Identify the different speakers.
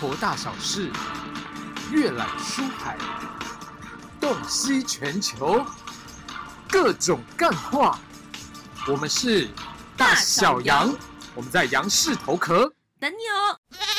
Speaker 1: 活大小事，阅览书海，洞悉全球各种干话。我们是
Speaker 2: 大小羊
Speaker 1: 我们在羊市头壳。
Speaker 2: 等你哦。